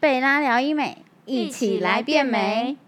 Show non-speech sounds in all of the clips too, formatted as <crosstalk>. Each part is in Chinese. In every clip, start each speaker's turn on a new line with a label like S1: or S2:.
S1: 贝拉聊医美，
S2: 一起来变美。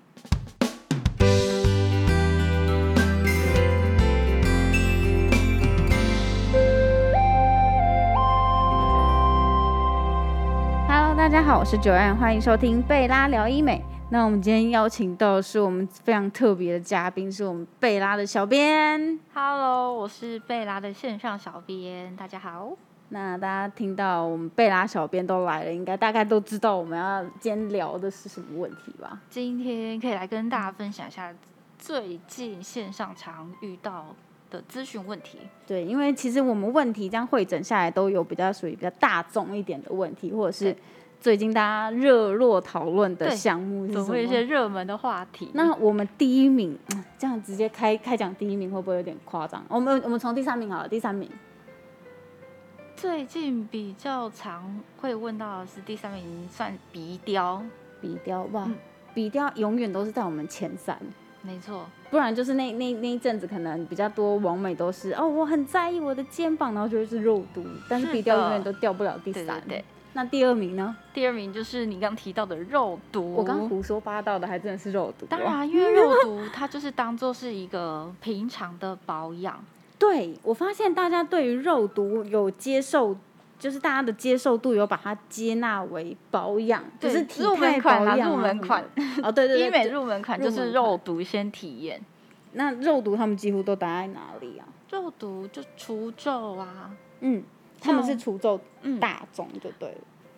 S1: Hello，大家好，我是九安，欢迎收听贝拉聊医美。那我们今天邀请到的是我们非常特别的嘉宾，是我们贝拉的小编。
S2: Hello，我是贝拉的线上小编，大家好。
S1: 那大家听到我们贝拉小编都来了，应该大概都知道我们要今天聊的是什么问题吧？
S2: 今天可以来跟大家分享一下最近线上常遇到的咨询问题。
S1: 对，因为其实我们问题这样会诊下来，都有比较属于比较大众一点的问题，或者是
S2: 对
S1: 最近大家热络讨论的
S2: 对
S1: 项目是
S2: 总
S1: 什
S2: 会有一
S1: 么？
S2: 些热门的话题。
S1: 那我们第一名，嗯这样直接开开讲第一名会不会有点夸张？我们我们从第三名好了，第三名，
S2: 最近比较常会问到的是第三名，算鼻雕，
S1: 比雕哇，
S2: 嗯
S1: 比雕永远都是在我们前三。
S2: 没错，
S1: 不然就是那那那一阵子可能比较多网美都是哦，我很在意我的肩膀，然后就会是肉毒，但是
S2: 是
S1: 鼻雕
S2: 的
S1: 永远都掉不了第
S2: 对
S1: 三。
S2: 对对。
S1: 那第二名呢？
S2: 第二名就是你刚提到的肉毒，
S1: 我刚胡说八道的，还真的是肉毒。
S2: 哦当，然，因为肉毒它就是当做是一个平常的保养，
S1: 对我发现大家对于肉毒有接受，就是大家的接受度有把它接纳为保养， <laughs> 就
S2: 对
S1: 是体
S2: 入
S1: 态
S2: 门
S1: 保
S2: 款
S1: 养
S2: 啦
S1: 啊、
S2: 入门款
S1: 什么的。哦，对
S2: <laughs>
S1: 对对。
S2: 医美
S1: 对
S2: 入门款
S1: 入
S2: 就
S1: 门款
S2: 是肉毒先体验。
S1: 那肉毒他们几乎都打在哪里啊？
S2: 肉毒就除皱啊，
S1: 嗯，他们是
S2: 像
S1: 除皱
S2: 嗯
S1: 大众就对了。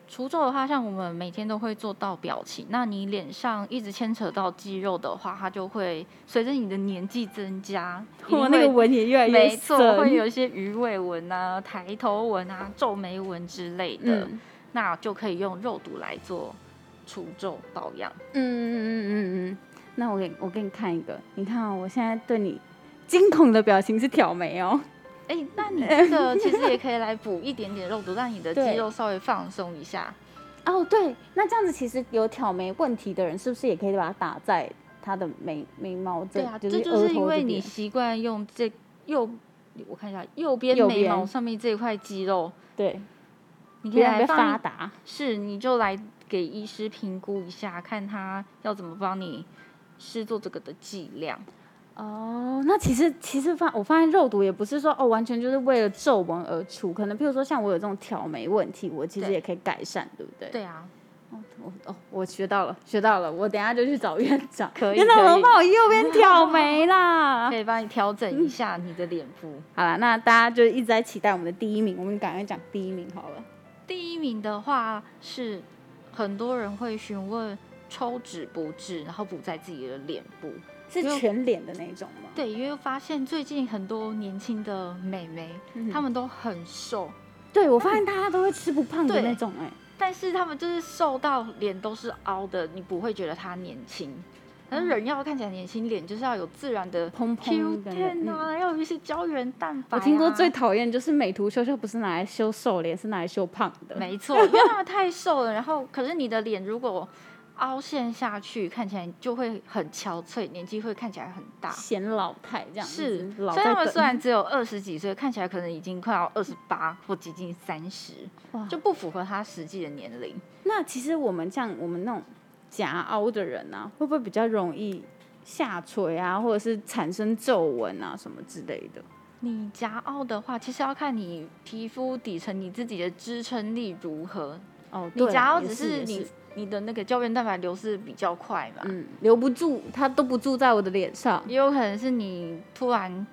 S2: 除皱的话，像我们每天都会做到表情，那你脸上一直牵扯到肌肉的话，它就会随着你的年纪
S1: <laughs>
S2: 增加，一
S1: 哇，
S2: 定
S1: 那个
S2: 会
S1: 纹也越来越
S2: 没
S1: 深。
S2: 错，会有一些鱼尾纹啊、抬头纹啊、皱眉纹之类的，
S1: 嗯
S2: 那就可以用肉毒来做除皱保养。
S1: 嗯嗯嗯嗯嗯，那我给我给你看一个，你看、哦、我现在对你惊恐的表情是挑眉哦。
S2: 哎、
S1: <laughs>
S2: 那你这个其实也可以来补一点点肉毒，让你的
S1: 对
S2: 肌肉稍微放松一下。
S1: 哦，对，那这样子其实有挑眉问题的人，是不是也可以把它打在他的眉眉毛这？
S2: 对啊，
S1: 就
S2: 这
S1: 是
S2: 就
S1: 额
S2: 是因
S1: 头
S2: 为
S1: 这
S2: 你
S1: 边。
S2: 习惯用这右，我看一下右边
S1: 右
S2: 眉毛
S1: 边
S2: 上面这块肌肉，
S1: 对，
S2: 你可
S1: 别
S2: 以
S1: 人
S2: 来
S1: 被发
S2: 放，
S1: 达。
S2: 是你就来给医师评估一下，看他要怎么帮你施做这个的剂量。
S1: 哦，那其实其实发我发现肉毒也不是说哦，完全就是为了皱纹而出，可能譬如说像我有这种挑眉问题，我其实
S2: 对
S1: 也可以改善，对不对？
S2: 对啊，
S1: 我哦，我学到了，学到了，我等一下就去找院长。
S2: 可以
S1: 院长
S2: 可
S1: 怎么
S2: 以
S1: 把我右边挑 <laughs> 眉啦？
S2: 可以帮你调整一下你的脸部。
S1: 好啦，那大家就一直在期待我们的第一名，我们赶快讲第一名好了。
S2: <laughs> 第一名的话是很多人会询问抽脂不治，然后补在自己的脸部。
S1: 是
S2: 就
S1: 全脸的那一种吗？
S2: 对，因为发现最近很多年轻的美眉，
S1: 嗯
S2: 她们都很瘦，
S1: 对，我发现大家都会吃不胖的
S2: 对
S1: 那种、欸，哎，
S2: 但是他们就是瘦到脸都是凹的，你不会觉得他年轻。可是人要看起来年轻，脸就是要有自然
S1: <laughs>
S2: 的
S1: 蓬蓬
S2: Q
S1: 的。
S2: ten
S1: 嗯
S2: 啊，要有一些胶原蛋
S1: 我
S2: 白、啊。
S1: 听过最讨厌就是美图秀秀不是拿来修瘦脸，是拿来修胖的。
S2: 没错，因为他们太瘦了，然后可是你的脸如果凹陷下去，看起来就会很憔悴，年纪会看起来很大。
S1: 显老态这样
S2: 是，
S1: 子老
S2: 所以他
S1: 在
S2: 们虽
S1: 等。
S2: 然只有二十几岁，看起来可能已经快要二十八或接近三十
S1: 哇，
S2: 就不符合他实际的年龄。
S1: 那其实我们像我们那种夹凹的人啊，会不会比较容易下垂啊，或者是产生皱纹啊什么之类的？
S2: 你夹凹的话，其实要看你皮肤底层你自己的支撑力如何。
S1: 哦，
S2: 你
S1: 对
S2: 夹
S1: 啊
S2: 凹
S1: 也
S2: 只
S1: 是也
S2: 你你的那个胶原蛋白流失比较快嘛，
S1: 嗯，留不住，它都不住在我的脸上。
S2: 也有可能是你突然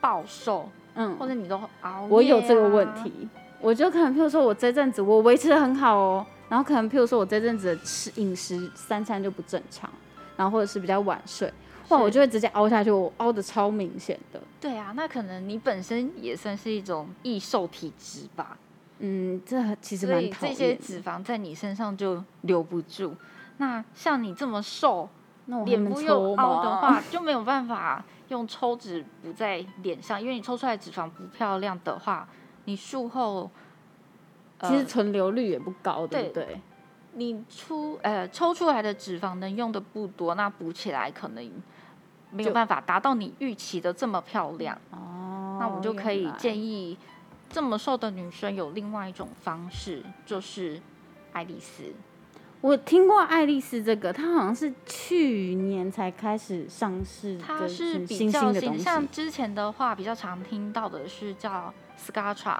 S2: 暴瘦，
S1: 嗯，
S2: 或者你都熬夜、啊
S1: 我有这个问，题，我就可能譬如说我这阵子我维持的很好哦，然后可能譬如说我这阵子的吃饮食三餐就不正常，然后或者是比较晚睡，哇，
S2: 是
S1: 我就会直接凹下去，我凹的超明显的。
S2: <laughs> 对啊，那可能你本身也算是一种易瘦体质吧，
S1: 嗯，这其实
S2: 所
S1: 蛮
S2: 以
S1: 讨
S2: 这些
S1: 厌的。
S2: 脂肪在你身上就留不住。那像你这么瘦，
S1: 那我还
S2: 脸
S1: 能
S2: 部又
S1: 抽吗
S2: 凹的，
S1: <laughs>
S2: 话，就没有办法用抽脂补在脸上，因为你抽出来脂肪不漂亮的话，你术后，呃、
S1: 其实存留率也不高，对不对？
S2: 你出呃抽出来的脂肪能用的不多，那补起来可能没有
S1: 就
S2: 办法达到你预期的这么漂亮。
S1: 哦
S2: 那我就可以建
S1: 议
S2: 议这么瘦的女生有另外一种方式，就是爱丽丝。
S1: 我听过爱丽丝这个，它好像是去年才开始上市
S2: 它
S1: 的
S2: 是
S1: 什么
S2: 比
S1: 嗯新
S2: 较
S1: 兴的
S2: 新，
S1: 东西。
S2: 像之前的话比较常听到的是叫 Scatra，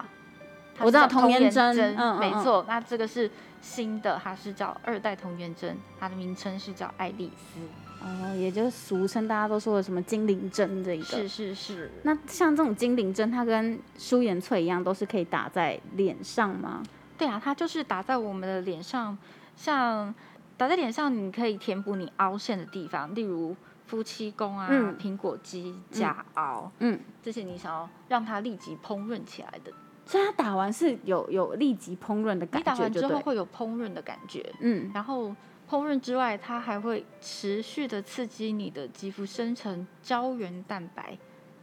S2: 它
S1: 我
S2: 是
S1: 知道
S2: 叫
S1: 童
S2: 童
S1: 颜
S2: 颜
S1: 针嗯
S2: 没
S1: 嗯嗯
S2: 错。那这个是新的，它是叫二代童颜针，它的名称是叫爱丽丝。
S1: 哦，也就是俗称大家都说的什么精灵针这一个。
S2: 是是是，
S1: 那像这种精灵针，它跟舒颜萃一样，都是可以打在脸上吗？
S2: 对啊，它就是打在我们的脸上，像打在脸上，你可以填补你凹陷的地方，例如夫妻宫啊、
S1: 嗯
S2: 苹果肌、假凹、
S1: 嗯，
S2: 这些，你想要让它立即烹饪起来的。
S1: 所以它打完是有有立即烹饪的
S2: 你
S1: 感
S2: 打
S1: 觉，
S2: 完
S1: 就
S2: 之
S1: 对
S2: 后
S1: 了。
S2: 会有烹饪的感觉，
S1: 嗯，
S2: 然后烹饪之外，它还会持续的刺激你的肌肤生成胶原蛋白，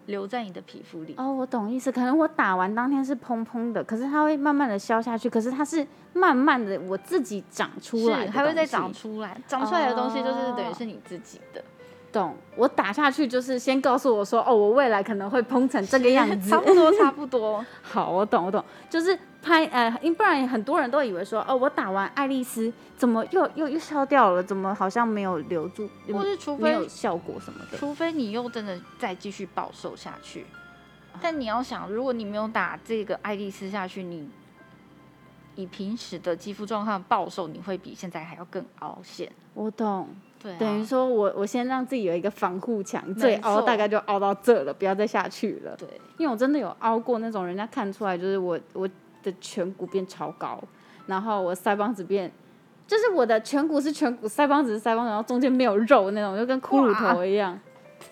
S2: 留在你的皮肤里。
S1: 哦，我懂意思。可能我打完当天是蓬蓬的，可是它会慢慢的消下去，可是它是慢慢的我自己长出来
S2: 是，
S1: 的
S2: 还会再
S1: 东
S2: 长
S1: 西。
S2: 出来，长出来的东西就是等于
S1: 哦
S2: 是你自己的。
S1: 懂，我打下去就是先告诉我说，哦，我未来可能会蓬成 <laughs> 这个样子
S2: <laughs> 差。不多，差不多。
S1: 好，我懂，我懂，就是拍呃，因不然很多人都以为说，哦，我打完爱丽丝怎么又又又消掉了，怎么好像没有留住，
S2: 或是除
S1: <laughs> 没有
S2: 非，
S1: 效果什么的。
S2: 除非你又真的再继续暴瘦下去。
S1: 哦
S2: 但你要想，如果你没有打这个爱丽丝下去，你以平时的肌肤状况暴瘦，你会比现在还要更凹陷。
S1: 我懂，
S2: 对、啊，
S1: 等于说我我先让自己有一个防护墙，
S2: 没
S1: 最凹
S2: 错
S1: 大概就凹到这了，不要再下去了。
S2: 对，
S1: 因为我真的有凹过那种，人家看出来就是我我的颧骨变超高，然后我腮帮子变，就是我的颧骨是颧骨，腮帮子是腮帮子，然后中间没有肉那种，就跟骷髅头一样。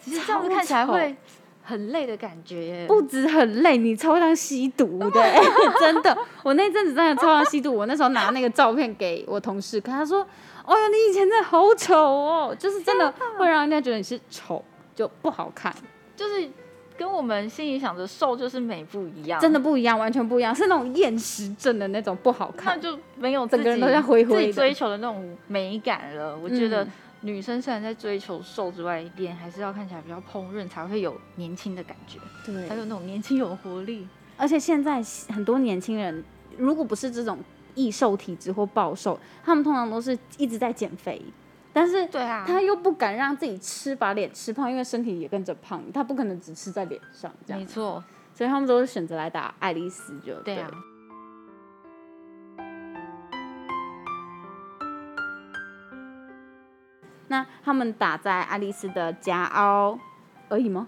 S2: 其实这样子看起来会很累的感觉耶。
S1: 不止很累，你超像吸毒的、
S2: <laughs>
S1: 真的。我那阵子真的超像吸毒，我那时候拿那个照片给我同事看，他说：“哦哟，你以前真的好丑哦，就是真的会让人家觉得你是丑，就不好看，
S2: 嗯就是跟我们心里想着瘦就是美不一样，
S1: 真
S2: 的
S1: 的不一样，完全不一样，是那种厌食症的那种不好
S2: 那
S1: 看。”
S2: 就没有自
S1: 整
S2: 己
S1: 个人都像灰灰的
S2: 自己追求的那种美感了。我觉得
S1: 嗯
S2: 女生虽然在追求瘦之外，脸还是要看起来比较烹饪，才会有年轻的感觉，才
S1: 对，
S2: 有那种年轻有活力。
S1: 而且现在很多年轻人，如果不是这种易瘦体质或暴瘦，他们通常都是一直在减肥，但是
S2: 对啊，
S1: 他又不敢让自己吃把脸吃胖，因为身体也跟着胖，他不可能只吃在脸上这
S2: 没
S1: 样，
S2: 错，
S1: 所以他们都是选择来打爱丽丝就
S2: 对
S1: 对
S2: 啊
S1: 了。。那他们打在爱丽丝的颊凹而已吗？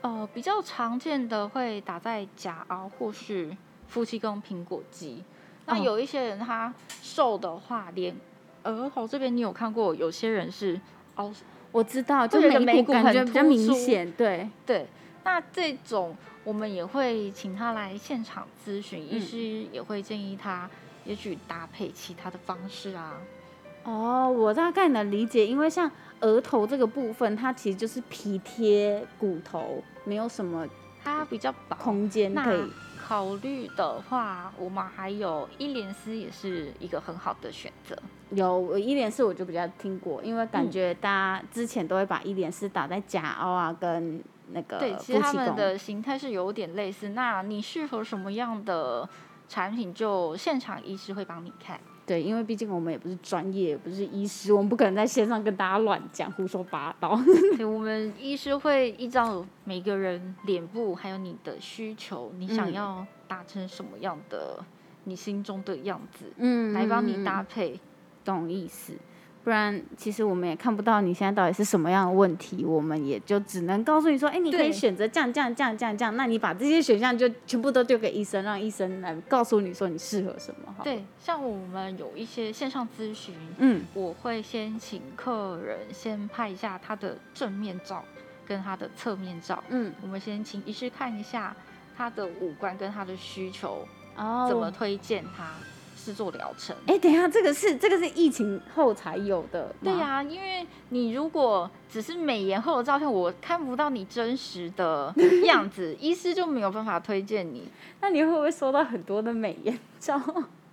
S2: 呃，比较常见的会打在假凹或是夫妻宫苹果肌。那
S1: 哦
S2: 有一些人他瘦的话，连额头这边你有看过？有些人是凹，
S1: 我知道，就
S2: 会有一个
S1: 眉
S2: 眉
S1: 骨
S2: 骨
S1: 感
S2: 很
S1: 觉比较
S2: 突
S1: 明
S2: 出
S1: 显，对，
S2: 对。那这种我们也会请他来现场咨询，医
S1: 嗯
S2: 师也会建议他，也许搭配其他的方式啊。
S1: 哦，我大概能理解，因为像额头这个部分，它其实就是皮贴骨头，没有什么
S2: 它比较薄，
S1: 空间嗯可
S2: 那
S1: 以。
S2: 考虑的话，我们还有伊莲丝也是一个很好的选择。
S1: 有，我一连四我就比较听过，因为感觉大家之前都会把一连四打在夹凹啊，跟那个
S2: 对，其
S1: 夫
S2: 实他
S1: 妻
S2: 们
S1: 宫。
S2: 的形态是有点类似。那你适合什么样的产品，就现场医师会帮你
S1: <laughs>
S2: 看。
S1: 对，因为毕竟我们也不是专业，也不是医师，我们不可能在线上跟大家乱讲、胡说八
S2: <laughs>
S1: 道。嗯
S2: 对，我们医师会依照每个人脸部还有你的需求，你想
S1: 嗯
S2: 要达成什么样的，你心中的样子，
S1: 嗯
S2: 来帮你
S1: 答
S2: 搭配。
S1: 懂意思。不然，其实我们也看不到你现在到底是什么样的问题，我们也就只能告诉你说，哎，你可以
S2: 对
S1: 选择这样、这样、这样、这样、这样。那你把这些选项就全部都丢给医生，让医生来告诉你说你适合什么。好，
S2: 对，像我们有一些线上咨询，
S1: 嗯，
S2: 我会先请客人先拍一下他的正面照跟他的侧面照。
S1: 嗯，
S2: 我们先请医师看一下他的五官跟他的需求，
S1: 哦，
S2: 怎么推荐他是做疗程。
S1: 哎、等一下，这个是这个是疫情后才有的吗，
S2: 对呀、因为你如果只是美颜后的照片，我看不到你真实的样 <laughs> 子，医师就没有办法推荐 <laughs> 你。
S1: 那你会不会收到很多的美颜照，
S2: 嗯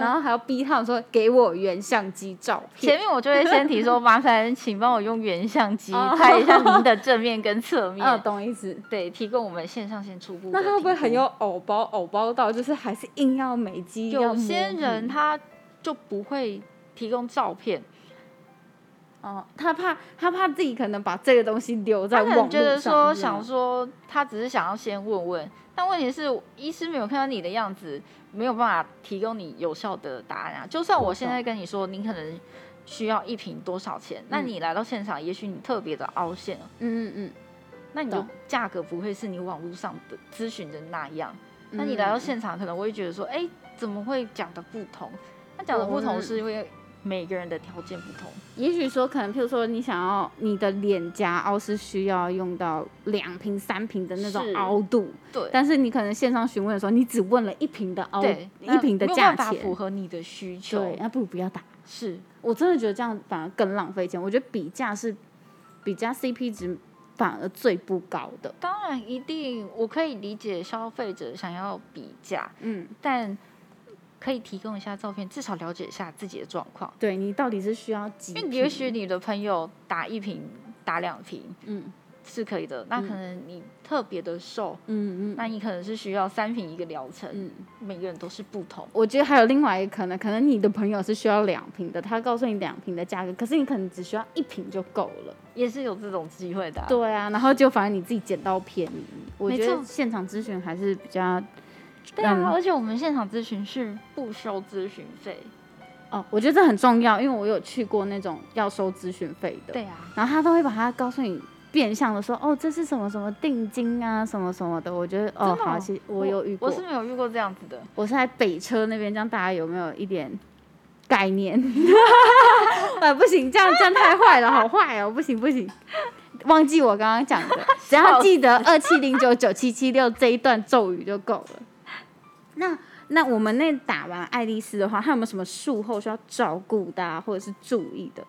S1: 然后还要逼他们说给我原相机照片？
S2: 前面我就会先提说，麻烦请帮我用原相 <laughs> 机
S1: 哦
S2: 拍一下您的正面跟侧 <laughs> 面，
S1: 啊，懂意思。
S2: 哦对，提供我们线上先初步的
S1: 那
S2: 评估。
S1: 他会不会很有偶包？偶包到就是还是硬要美肌？要
S2: 有
S1: 摸
S2: 些人
S1: 你
S2: 他就不会提供照片，
S1: 哦，他怕他怕自己可能把这个东西留在
S2: 他
S1: 网
S2: 可
S1: 络上，啊
S2: 能觉得说
S1: 是吗
S2: 想说他只是想要先问问，但问题是医师没有看到你的样子，没有办法提供你有效的答案啊。就算我现在跟你说，你可能需要一瓶多少钱，那
S1: 嗯
S2: 你来到现场，也许你特别的凹陷，
S1: 嗯嗯
S2: 那你的
S1: 懂
S2: 价格不会是你网络上的咨询的那样。
S1: 嗯，
S2: 那你来到
S1: 嗯
S2: 现场，可能我会觉得说，哎、怎么会讲的不同？那讲的不
S1: 嗯
S2: 同是因为每个人的条件不同。
S1: 也许说，可能譬如说，你想要你的脸颊凹是需要用到两瓶、三瓶的那种
S2: 是
S1: 凹度，
S2: 对，
S1: 但是你可能线上询问的时候，你只问了一瓶的凹，
S2: 对，
S1: 一瓶的
S2: 那没有
S1: 价
S2: 办法
S1: 钱，
S2: 符合你的需求。
S1: 对，那不如不要打。
S2: 是
S1: 我真的觉得这样反而更浪费钱。我觉得比价是比价 CP 值反而最不高的。
S2: 当然一定，我可以理解消费者想要比价，
S1: 嗯，
S2: 但可以提供一下照片，至少了解一下自己的状况。
S1: 对你到底是需要几
S2: 因
S1: 瓶？
S2: 为也许你的朋友打一瓶、打两瓶
S1: 嗯
S2: 是可以的，那可能你特别的瘦，
S1: 嗯嗯
S2: 那你可能是需要三瓶一个疗程，
S1: 嗯。
S2: 每个人都是不同。
S1: 我觉得还有另外一个可能，可能你的朋友是需要两瓶的，他告诉你两瓶的价格，可是你可能只需要一瓶就够了。
S2: 也是有这种机会的啊、
S1: 对啊，然后就反正你自己捡到便宜。我
S2: 没
S1: 觉得
S2: 错
S1: 现场咨询还是比较
S2: 对啊，
S1: 嗯
S2: 而且我们现场咨询是不收咨询费。
S1: 哦，我觉得这很重要，因为我有去过那种要收咨询费的，
S2: 对啊，
S1: 然后他都会把它告诉你变相的说，哦，这是什么什么定金啊，什么什么的。我觉得哦，
S2: 真的哦
S1: 好，其实我有遇过，
S2: 我是没有遇过这样子的。
S1: 我是在北车那边，这样大家有没有一点概念？ <laughs> 哎，不行，这样这样太坏了，好坏哦，不行不行，忘记我刚刚讲的，只要记得二七零九九七七六这一段咒语就够了。那那我们那打完爱丽丝的话，还有没有什么术后需要照顾的、啊，或者是注意的？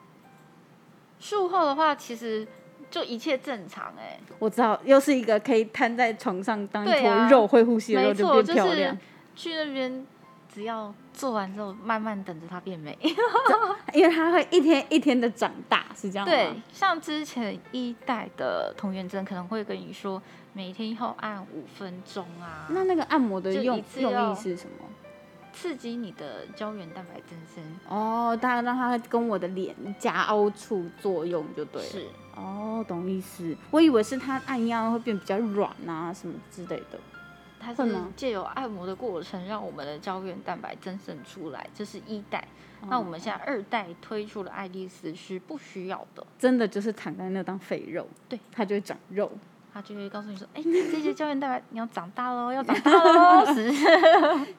S2: 术后的话，其实就一切正常哎、
S1: 我知道，又是一个可以瘫在床上当一
S2: 对
S1: 坨
S2: 啊
S1: 肉会呼吸的肉
S2: 没
S1: 就
S2: 错，
S1: 变
S2: 就
S1: 漂亮
S2: 是，去那边，只要做完之后，慢慢等着它变美。
S1: 嗯因为它会一天一天的长大，是这样吗？
S2: 对，像之前一代的童颜针可能会跟你说，每天要按五分钟啊，
S1: 那那个按摩的
S2: 就
S1: 用
S2: 一次
S1: 用意
S2: 要
S1: 是什么？
S2: 刺激你的胶原蛋白增生。
S1: 哦，大概让它跟我的脸颊凹处作用就对了。
S2: 是，
S1: 哦，懂意思。我以为是它按压会变比较软啊什么之类的。
S2: 它
S1: 会
S2: 是
S1: 吗
S2: 借由按摩的过程，让我们的胶原蛋白增生出来，这是一代。
S1: 嗯
S2: 那我们现在二代推出的爱丽丝是不需要的，
S1: 真的就是躺在那当肥肉，
S2: 对，
S1: 它就会长肉。
S2: 它就会告诉你说，哎、这些胶原蛋白你要长大喽，要长大喽，
S1: <laughs>
S2: 是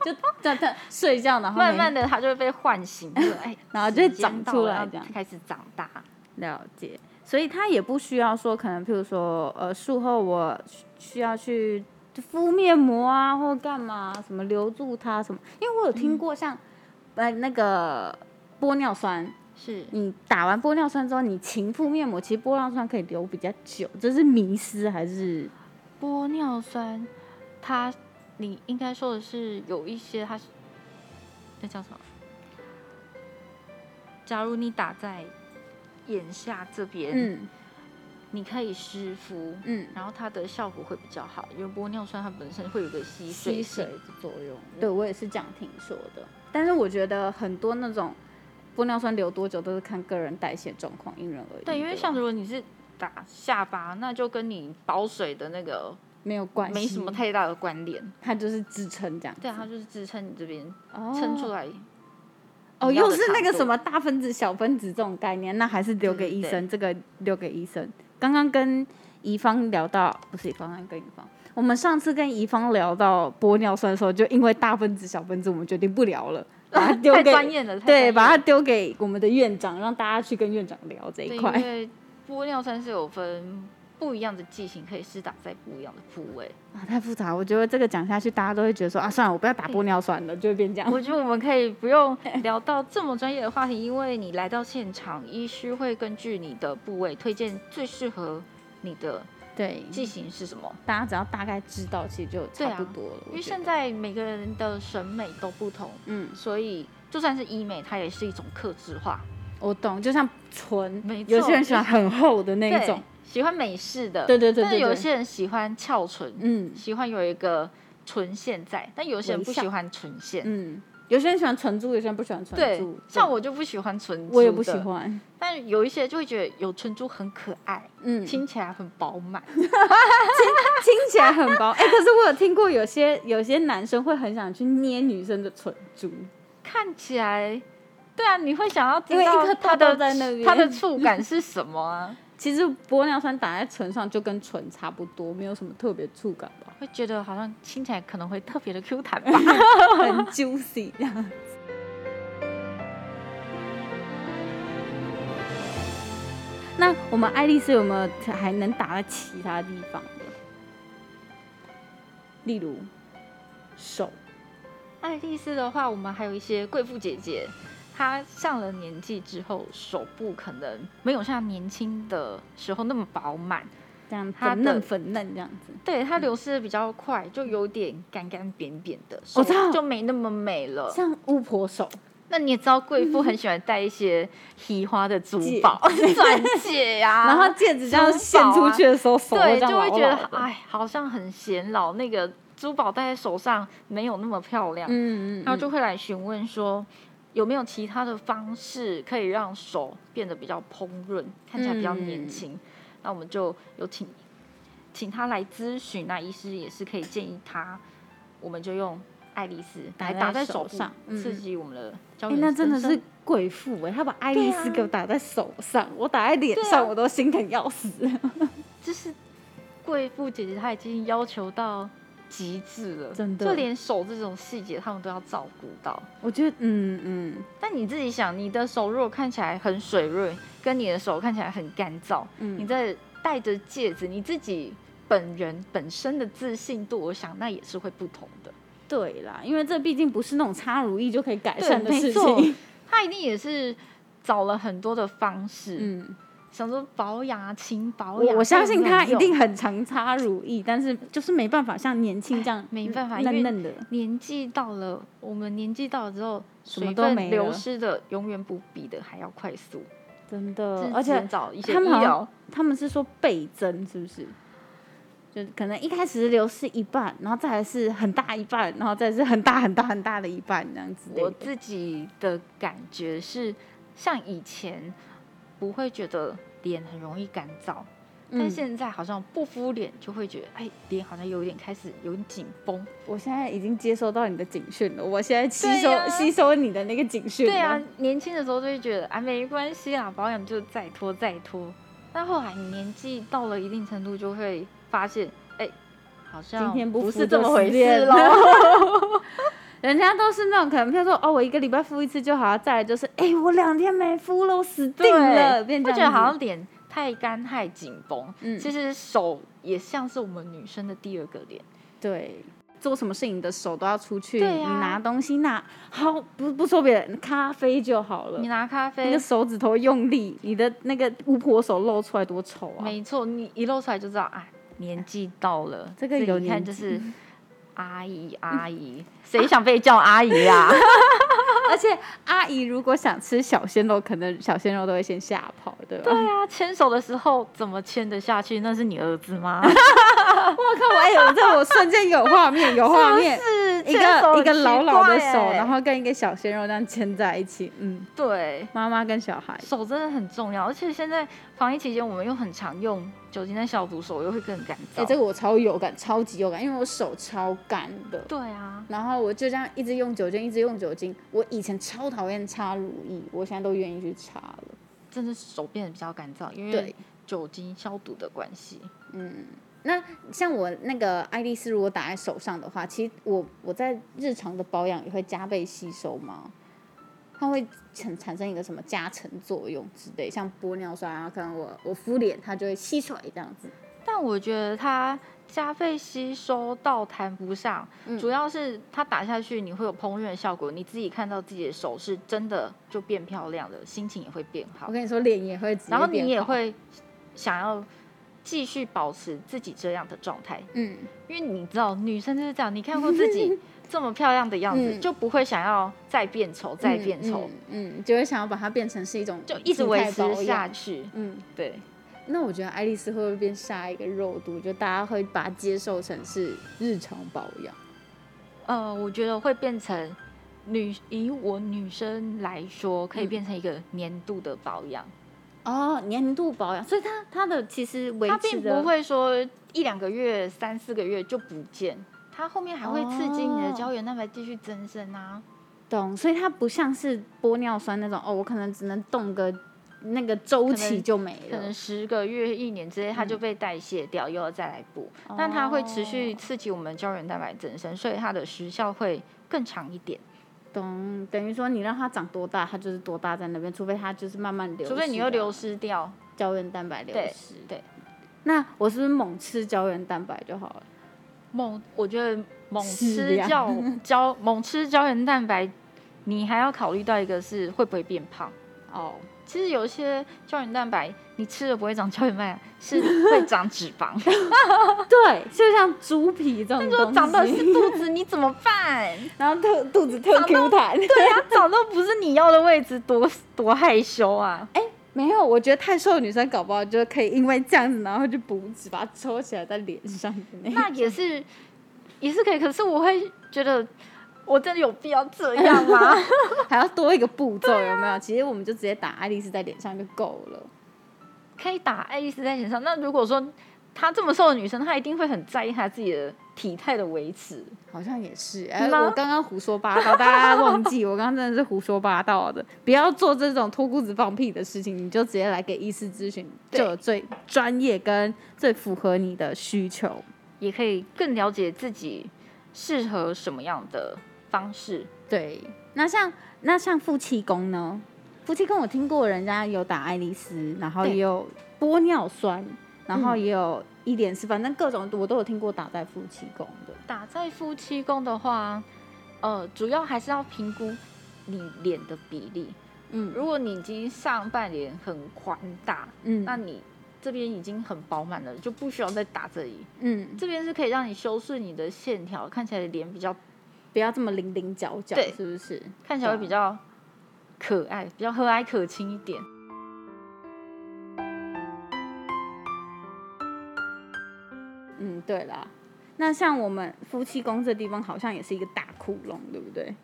S1: 就在在睡觉，然后
S2: 慢
S1: 没
S2: 慢的它就会被唤醒，就是哎，
S1: 然后
S2: 时
S1: 就会
S2: 间
S1: 长
S2: 到
S1: 出
S2: 了
S1: 来
S2: 要
S1: 这样
S2: 开始长大。
S1: 了解，所以他也不需要说，可能譬如说，呃，术后我需需要去敷面膜啊，或干嘛，什么留住它什么，因为我有听过像，呃，那个玻尿酸，
S2: 是，
S1: 你打完玻尿酸之后，你勤敷面膜，其实玻尿酸可以留比较久，这是迷思还是？
S2: 玻尿酸，它你应该说的是有一些它是那叫什么？假如你打在眼下这边，
S1: 嗯
S2: 你可以湿敷，
S1: 嗯，
S2: 然后它的效果会比较好，因为玻尿酸它本身会有个吸水
S1: 吸水
S2: 性。
S1: 的作用。对我也是这样听说的，但是我觉得很多那种玻尿酸留多久都是看个人代谢状况，因人而异。
S2: 对，因为
S1: 吧
S2: 像如果你是打下巴，那就跟你保水的那个
S1: 没有关系，
S2: 没什么太大的关联。
S1: 它就是支撑这样子。
S2: 对啊，它就是支撑你这边
S1: 哦
S2: 撑出来。
S1: 哦，
S2: 你要
S1: 又
S2: 的
S1: 是那
S2: 长
S1: 个
S2: 度
S1: 什么大分子、小分子这种概念，那还是留给医
S2: 嗯
S1: 生。这个留给医生。刚刚跟怡芳聊到，不是怡芳，刚刚跟怡芳，我们上次跟怡芳聊到玻尿酸的时候，就因为大分子、小分子，我们决定不聊
S2: <laughs>
S1: 了，把它丢
S2: 太
S1: 给
S2: 专业了，太专业
S1: 对，
S2: 了
S1: 把它丢给我们的院长，让大家去跟院长聊这
S2: 对，
S1: 一
S2: 因
S1: 块。
S2: 为玻尿酸是有分不一样的剂型，可以施打在不一样的部
S1: <laughs>
S2: 位。
S1: 啊，太复杂，我觉得这个讲下去，大家都会觉得说啊，算了，我不要打玻尿酸了，就会变这样。
S2: 我觉得我们可以不用聊到这么专业的话题，因为你来到现场，医师会根据你的部位推荐最适合你的
S1: 对，
S2: 剂型是什么。
S1: 大家只要大概知道，其实就
S2: 对
S1: 差
S2: 啊
S1: 不多了。我
S2: 因为
S1: 觉得
S2: 现在每个人的审美都不同，
S1: 嗯，
S2: 所以就算是医美，它也是一种克制化。
S1: 我懂，就像唇
S2: 没，错
S1: 有些人喜欢很厚的那
S2: 对，
S1: 一种，
S2: 喜欢美式的，
S1: 对对对
S2: 但是
S1: 对对
S2: 有些人喜欢翘唇，
S1: 嗯
S2: 喜欢有一个唇线在，但有些人
S1: 微
S2: 不
S1: 笑
S2: 喜欢唇线。
S1: 嗯，有些人喜欢唇珠，有些人不喜欢唇
S2: 对
S1: 珠，，
S2: 像我就不喜欢唇珠，
S1: 我也不喜。欢，
S2: 但有一些就会觉得有唇珠很可爱，
S1: 嗯，听
S2: 听起来很饱满。
S1: 听起来很薄，哎、可是我有听过有些有些男生会很想去捏女生的唇珠，
S2: 看起来，对啊，你会想要知
S1: 因为一
S2: 道
S1: 颗
S2: 它
S1: 痘痘
S2: 的
S1: 在那边
S2: 它的触感是什么啊？ <laughs>
S1: 其实玻尿酸打在唇上就跟唇差不多，没有什么特别触感吧，
S2: 会觉得好像听起来可能会特别的 Q 弹吧。
S1: 很 juicy 这样。那我们爱丽丝有没有还能打在其他地方的？例如手，
S2: 爱丽丝的话，我们还有一些贵妇姐姐，她上了年纪之后，手部可能没有像年轻的时候那么饱满，
S1: 这样
S2: 它
S1: 粉
S2: 的
S1: 嫩粉嫩这样子。
S2: 对，它流失的比较快，就有点干干扁扁的，
S1: 我
S2: 手
S1: 知道
S2: 就没那么美了。
S1: 像巫婆手，
S2: 那你也知道，贵妇很喜欢戴一些提花的珠
S1: 嗯戒 <laughs>
S2: 宝、钻戒啊，
S1: 然后戒指这样献出去的时候，手
S2: 对，
S1: 这样
S2: 就会觉得
S1: 牢牢的
S2: 哎，好像很显老，那个珠宝戴在手上没有那么漂亮，
S1: 嗯嗯，
S2: 然后就会来询问说。有没有其他的方式可以让手变得比较蓬润，看起来比较
S1: 嗯
S2: 年轻？那我们就有请请他来咨询，那医师也是可以建议他，我们就用爱丽丝
S1: 打
S2: 来
S1: 在
S2: 打在
S1: 手
S2: 手部
S1: 上嗯
S2: 刺激我们的胶
S1: 哎、
S2: 原
S1: 那真的
S2: 增生
S1: 是贵妇哎，她把爱
S2: 对
S1: 丽
S2: 啊
S1: 丝给我打在手上，我打在脸
S2: 对啊
S1: 上、我都心疼要死。
S2: 就是贵妇姐姐她已经要求到极致了，
S1: 真的
S2: 就连手这种细节他们都要照顾到。
S1: 我觉得，嗯嗯
S2: 但你自己想，你的手如果看起来很水润，跟你的手看起来很干燥，你
S1: 嗯，
S2: 在戴着戒指，你自己本人本身的自信度，我想那也是会不同的。
S1: 对啦，因为这毕竟不是那种擦乳液就可以改
S2: 对
S1: 善的
S2: 没
S1: 事
S2: 错
S1: 情。
S2: 他一定也是找了很多的方式，
S1: 嗯，
S2: 想说保养啊，勤保
S1: 我
S2: 养。
S1: 我相信她
S2: 他
S1: 一定很常擦乳液，但是就是没办法像年轻这样，
S2: 没办法因
S1: 嫩
S2: 为
S1: 嫩的。
S2: 年纪到了，我们年纪到了之后，
S1: 什么
S2: 水
S1: 都
S2: 分
S1: 没
S2: 流
S1: 了
S2: 失的永远不比的还要快速，
S1: 真
S2: 这
S1: 的
S2: 是，
S1: 呃而
S2: 只
S1: 且
S2: 能找一些
S1: 他
S2: 医
S1: 们好像
S2: 疗，
S1: 他们是说倍增，是不是？就是可能一开始流失一半，然后再来是很大一半，然后再是很大很大很大的一半这样子。
S2: 我自己的感觉是，像以前不会觉得脸很容易干燥，但
S1: 嗯
S2: 现在好像不敷脸就会觉得，哎，脸好像有点开始有点紧绷。
S1: 我现在已经接收到你的警讯了，我现在吸收、
S2: 对呀
S1: 吸收你的那个警讯。
S2: 对啊，，年轻的时候就会觉得，啊，没关系啊，保养就再拖再拖。但后来你年纪到了一定程度，就会发现，哎，好像
S1: 今天
S2: 不
S1: 不
S2: 是这么回事
S1: 喽
S2: 喽。。
S1: <laughs> 人家都是那种可能，譬如说哦，我一个礼拜敷一次就好，再来就是哎、我两天没敷了，我死定了，变这样
S2: 会觉得
S1: 子
S2: 好像脸太干太紧绷。
S1: 嗯
S2: 其实手也像是我们女生的第二个脸。
S1: 对。做什么事情你的手都要出去，
S2: 对啊
S1: 你
S2: 呀
S1: 拿东西拿好不不说别人，咖啡就好了
S2: 你。拿咖
S1: 那
S2: 啡
S1: 个，手指头用力，你的那个巫婆手露出来多丑啊！
S2: 没错，你一露出来就知道啊，年纪到了。
S1: <laughs> 这个有
S2: 一看
S1: 年
S2: 就
S1: 纪
S2: 是阿姨阿姨，谁想被叫阿
S1: <laughs>
S2: 姨啊？
S1: 而且阿姨啊如果想吃小鲜肉，可能小鲜肉都会先吓跑，对吧？
S2: 对啊，牵手的时候怎么牵得下去？那是你儿子吗？
S1: 我靠！我哎、
S2: 啊
S1: 我 <laughs> 这我瞬间有画面，有 <laughs> 画
S2: <laughs>
S1: 面，
S2: 是
S1: 一个一个牢牢的手，然
S2: 后
S1: 后跟一个小鲜肉这样牵在一起，嗯，
S2: 对。
S1: 妈妈跟小孩，
S2: 手真的很重要，而且现在防疫期间，我们又很常用酒精在消毒，手又会更干燥。
S1: 哎、这个我超有感，超级有感，因为我手超干的，
S2: 对啊，
S1: 然后我就这样一直用酒精，一直用酒精。我以前超讨厌擦乳液，我现在都愿意去擦了。
S2: 真的手变得比较干燥，因为
S1: 对
S2: 酒精消毒的关系。
S1: 那像我那个爱丽丝，如果打在手上的话，其实我我在日常的保养也会加倍吸收吗？它会产产生一个什么加成作用之类，像玻尿酸啊，可能我我敷脸它就会吸出来这样子。
S2: 但我觉得它加倍吸收到谈不上，
S1: 嗯
S2: 主要是它打下去你会有烹饪的效果，你自己看到自己的手是真的就变漂亮了，心情也会变好
S1: 我，跟你说，脸也会直接
S2: 然后
S1: 变
S2: 你也
S1: 好，
S2: 会想要继续保持自己这样的状态，
S1: 嗯，
S2: 因为你知道女生就是这样，你看过自
S1: <laughs>
S2: 己这么漂亮的样子，
S1: 嗯
S2: 就不会想要再变丑，再变丑，
S1: 嗯，嗯，嗯就会想要把它变成是一种
S2: 就一直维
S1: 静态
S2: 持
S1: 保
S2: 下
S1: 养。
S2: 去。
S1: 嗯，
S2: 对，
S1: 那我觉得爱丽丝会不会变下一个肉毒？就大家会把它接受成是日常保养。
S2: 呃，我觉得会变成女以我女生来说，可以变成一个年度的保养，
S1: 哦，年度保养，所以它它的其实维
S2: 它
S1: 持
S2: 并
S1: 的
S2: 不会说一两个月、三四个月就不见，它后面还会刺激你的
S1: 哦
S2: 胶原蛋白继续增生啊。
S1: 懂，所以它不像是玻尿酸那种哦，我可能只能动个那个周
S2: 可
S1: 期
S2: 能
S1: 就没
S2: 可能
S1: 了。
S2: 十个月、一年之内，它就被代谢掉，又要再来补。但它会持续
S1: 哦
S2: 刺激我们胶原蛋白增生，所以它的时效会更长一点。
S1: 懂，等于说你让它长多大，它就是多大在那边，除非它就是慢慢流失啊，
S2: 除非你又流失掉，
S1: 胶原蛋白流
S2: 对
S1: 失。
S2: 对，
S1: 那我是不是猛吃胶原蛋白就好了？
S2: 猛，我觉得猛
S1: 适
S2: 吃
S1: 量
S2: <laughs> 胶胶猛吃胶原蛋白，你还要考虑到一个是会不会变胖。
S1: 哦，
S2: 其实有一些胶原蛋白，你吃了不会长胶原蛋白，是会长脂 <laughs> 肪。
S1: 对，就像猪皮这种
S2: 如果
S1: 东西，
S2: 长的是肚子，你怎么办？
S1: 然后特肚子特 Q 弹。
S2: 对呀、长到不是你要的位置，多多害羞 <laughs> 啊！
S1: <laughs> 没有，我觉得太瘦的女生搞不好就可以因为这样子，然后就补脂，把它抽起来在脸上的那种。
S2: 那也是，也是可以。可是我会觉得，我真的有必要这样吗？
S1: 还要多一个步骤，有没有？其实我们就直接打爱丽丝在脸上就够了。
S2: 可以打爱丽丝在脸上。那如果说她这么瘦的女生，她一定会很在意她自己的体态的维持。
S1: 好像也是，哎、
S2: 吗
S1: 我刚刚胡说八道，大家忘记我刚刚真的是胡说八道 <laughs> 的。不要做这种脱裤子放屁的事情，你就直接来给医师咨询，
S2: 对
S1: 就有最专业跟最符合你的需求。
S2: 也可以更了解自己适合什么样的方式。
S1: 对，那像那像夫妻宫呢？夫妻宫我听过人家有打爱丽丝，然后
S2: 对
S1: 也有玻尿酸，然后
S2: 嗯
S1: 也有一点是，反正各种我都有听过打在夫妻宫的。
S2: 打在夫妻宫的话，呃，主要还是要评估你脸的比例。
S1: 嗯
S2: 如果你已经上半脸很宽大，
S1: 嗯
S2: 那你这边已经很饱满了，就不需要再打这里。
S1: 嗯，
S2: 这边是可以让你修饰你的线条，看起来脸比较
S1: 不要这么棱棱角角，
S2: 对
S1: 是不是？
S2: 看起来会比较可爱，比较和蔼可亲一点。
S1: 嗯，对啦。那像我们夫妻宫这地方好像也是一个大窟窿，对不对？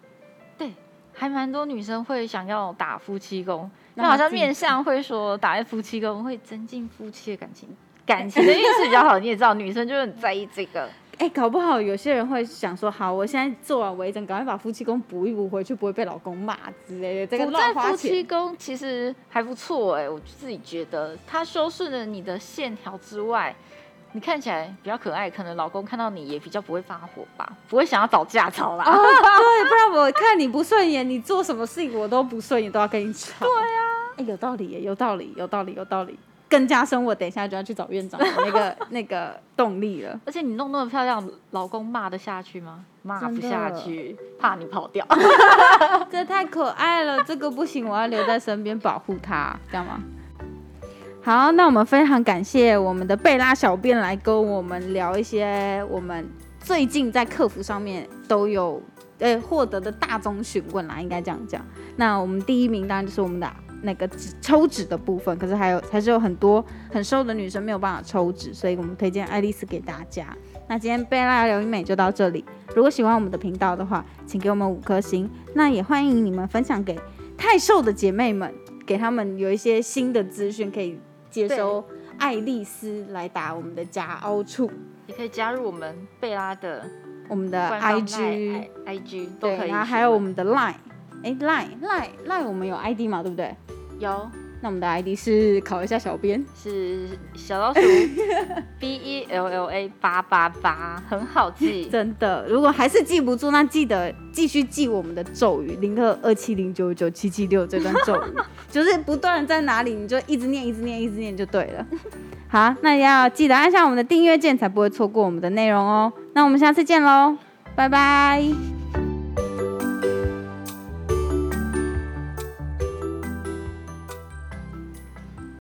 S2: 对，还蛮多女生会想要打夫妻宫，
S1: 那
S2: 那好
S1: 她
S2: 像
S1: 自己
S2: 面相会说打在夫妻宫会增进夫妻的感
S1: <laughs>
S2: 情。感情的运势比较好，你也知道，女生就很在意这个。
S1: 哎，搞不好有些人会想说，好，我现在做完微整，赶快把夫妻宫补一补，回去不会被老公骂之类的。这个
S2: 不
S1: 乱
S2: 在
S1: 花
S2: 夫妻
S1: 钱，
S2: 宫其实还不错哎、我自己觉得它修饰了你的线条之外，你看起来比较可爱，可能老公看到你也比较不会发火吧，不会想要找架吵啦。
S1: 哦对，不然我看你不顺眼，你做什么事情我都不顺眼，都要跟你吵。对呀、哎，有道理耶，有道理，有道理，有道理。更加深我等一下就要去找院长的那个那个动力了。
S2: 而且你弄那么漂亮，老公骂得下去吗？骂不
S1: 真的
S2: 下去，怕你跑 <laughs> 掉。
S1: 这太可爱了，这个不行，我要留在身边保护它，这样吗？好，那我们非常感谢我们的贝拉小编来跟我们聊一些我们最近在客服上面都有呃获得的大宗询问啦，应该这样讲。那我们第一名当然就是我们的那个纸抽纸的部分，可是还有还是有很多很瘦的女生没有办法抽纸，所以我们推荐爱丽丝给大家。那今天贝拉刘一美就到这里。如果喜欢我们的频道的话，请给我们五颗星。那也欢迎你们分享给太瘦的姐妹们，给她们有一些新的资讯可以接收。爱丽丝来打我们的夹凹处，
S2: 也可以加入我们贝拉的
S1: 我们的
S2: 官方哎
S1: IG，
S2: I G 都
S1: 对，
S2: 可以询
S1: 然
S2: 问。
S1: 后还有我们的 Line，哎，Line Line Line 我们有 ID 嘛，对不对？
S2: 有
S1: 那我们的 ID 是考一下小编，
S2: 是小老鼠 B E L L A 八八八，很好记。
S1: 真的，如果还是记不住，那记得继续记我们的咒语零二二七零九九七七六这段咒 <laughs> 语，就是不断的在哪里，你就一直念，一直念，一直念就对了。好，那也要记得按下我们的订阅键，才不会错过我们的内容哦。那我们下次见喽，拜拜。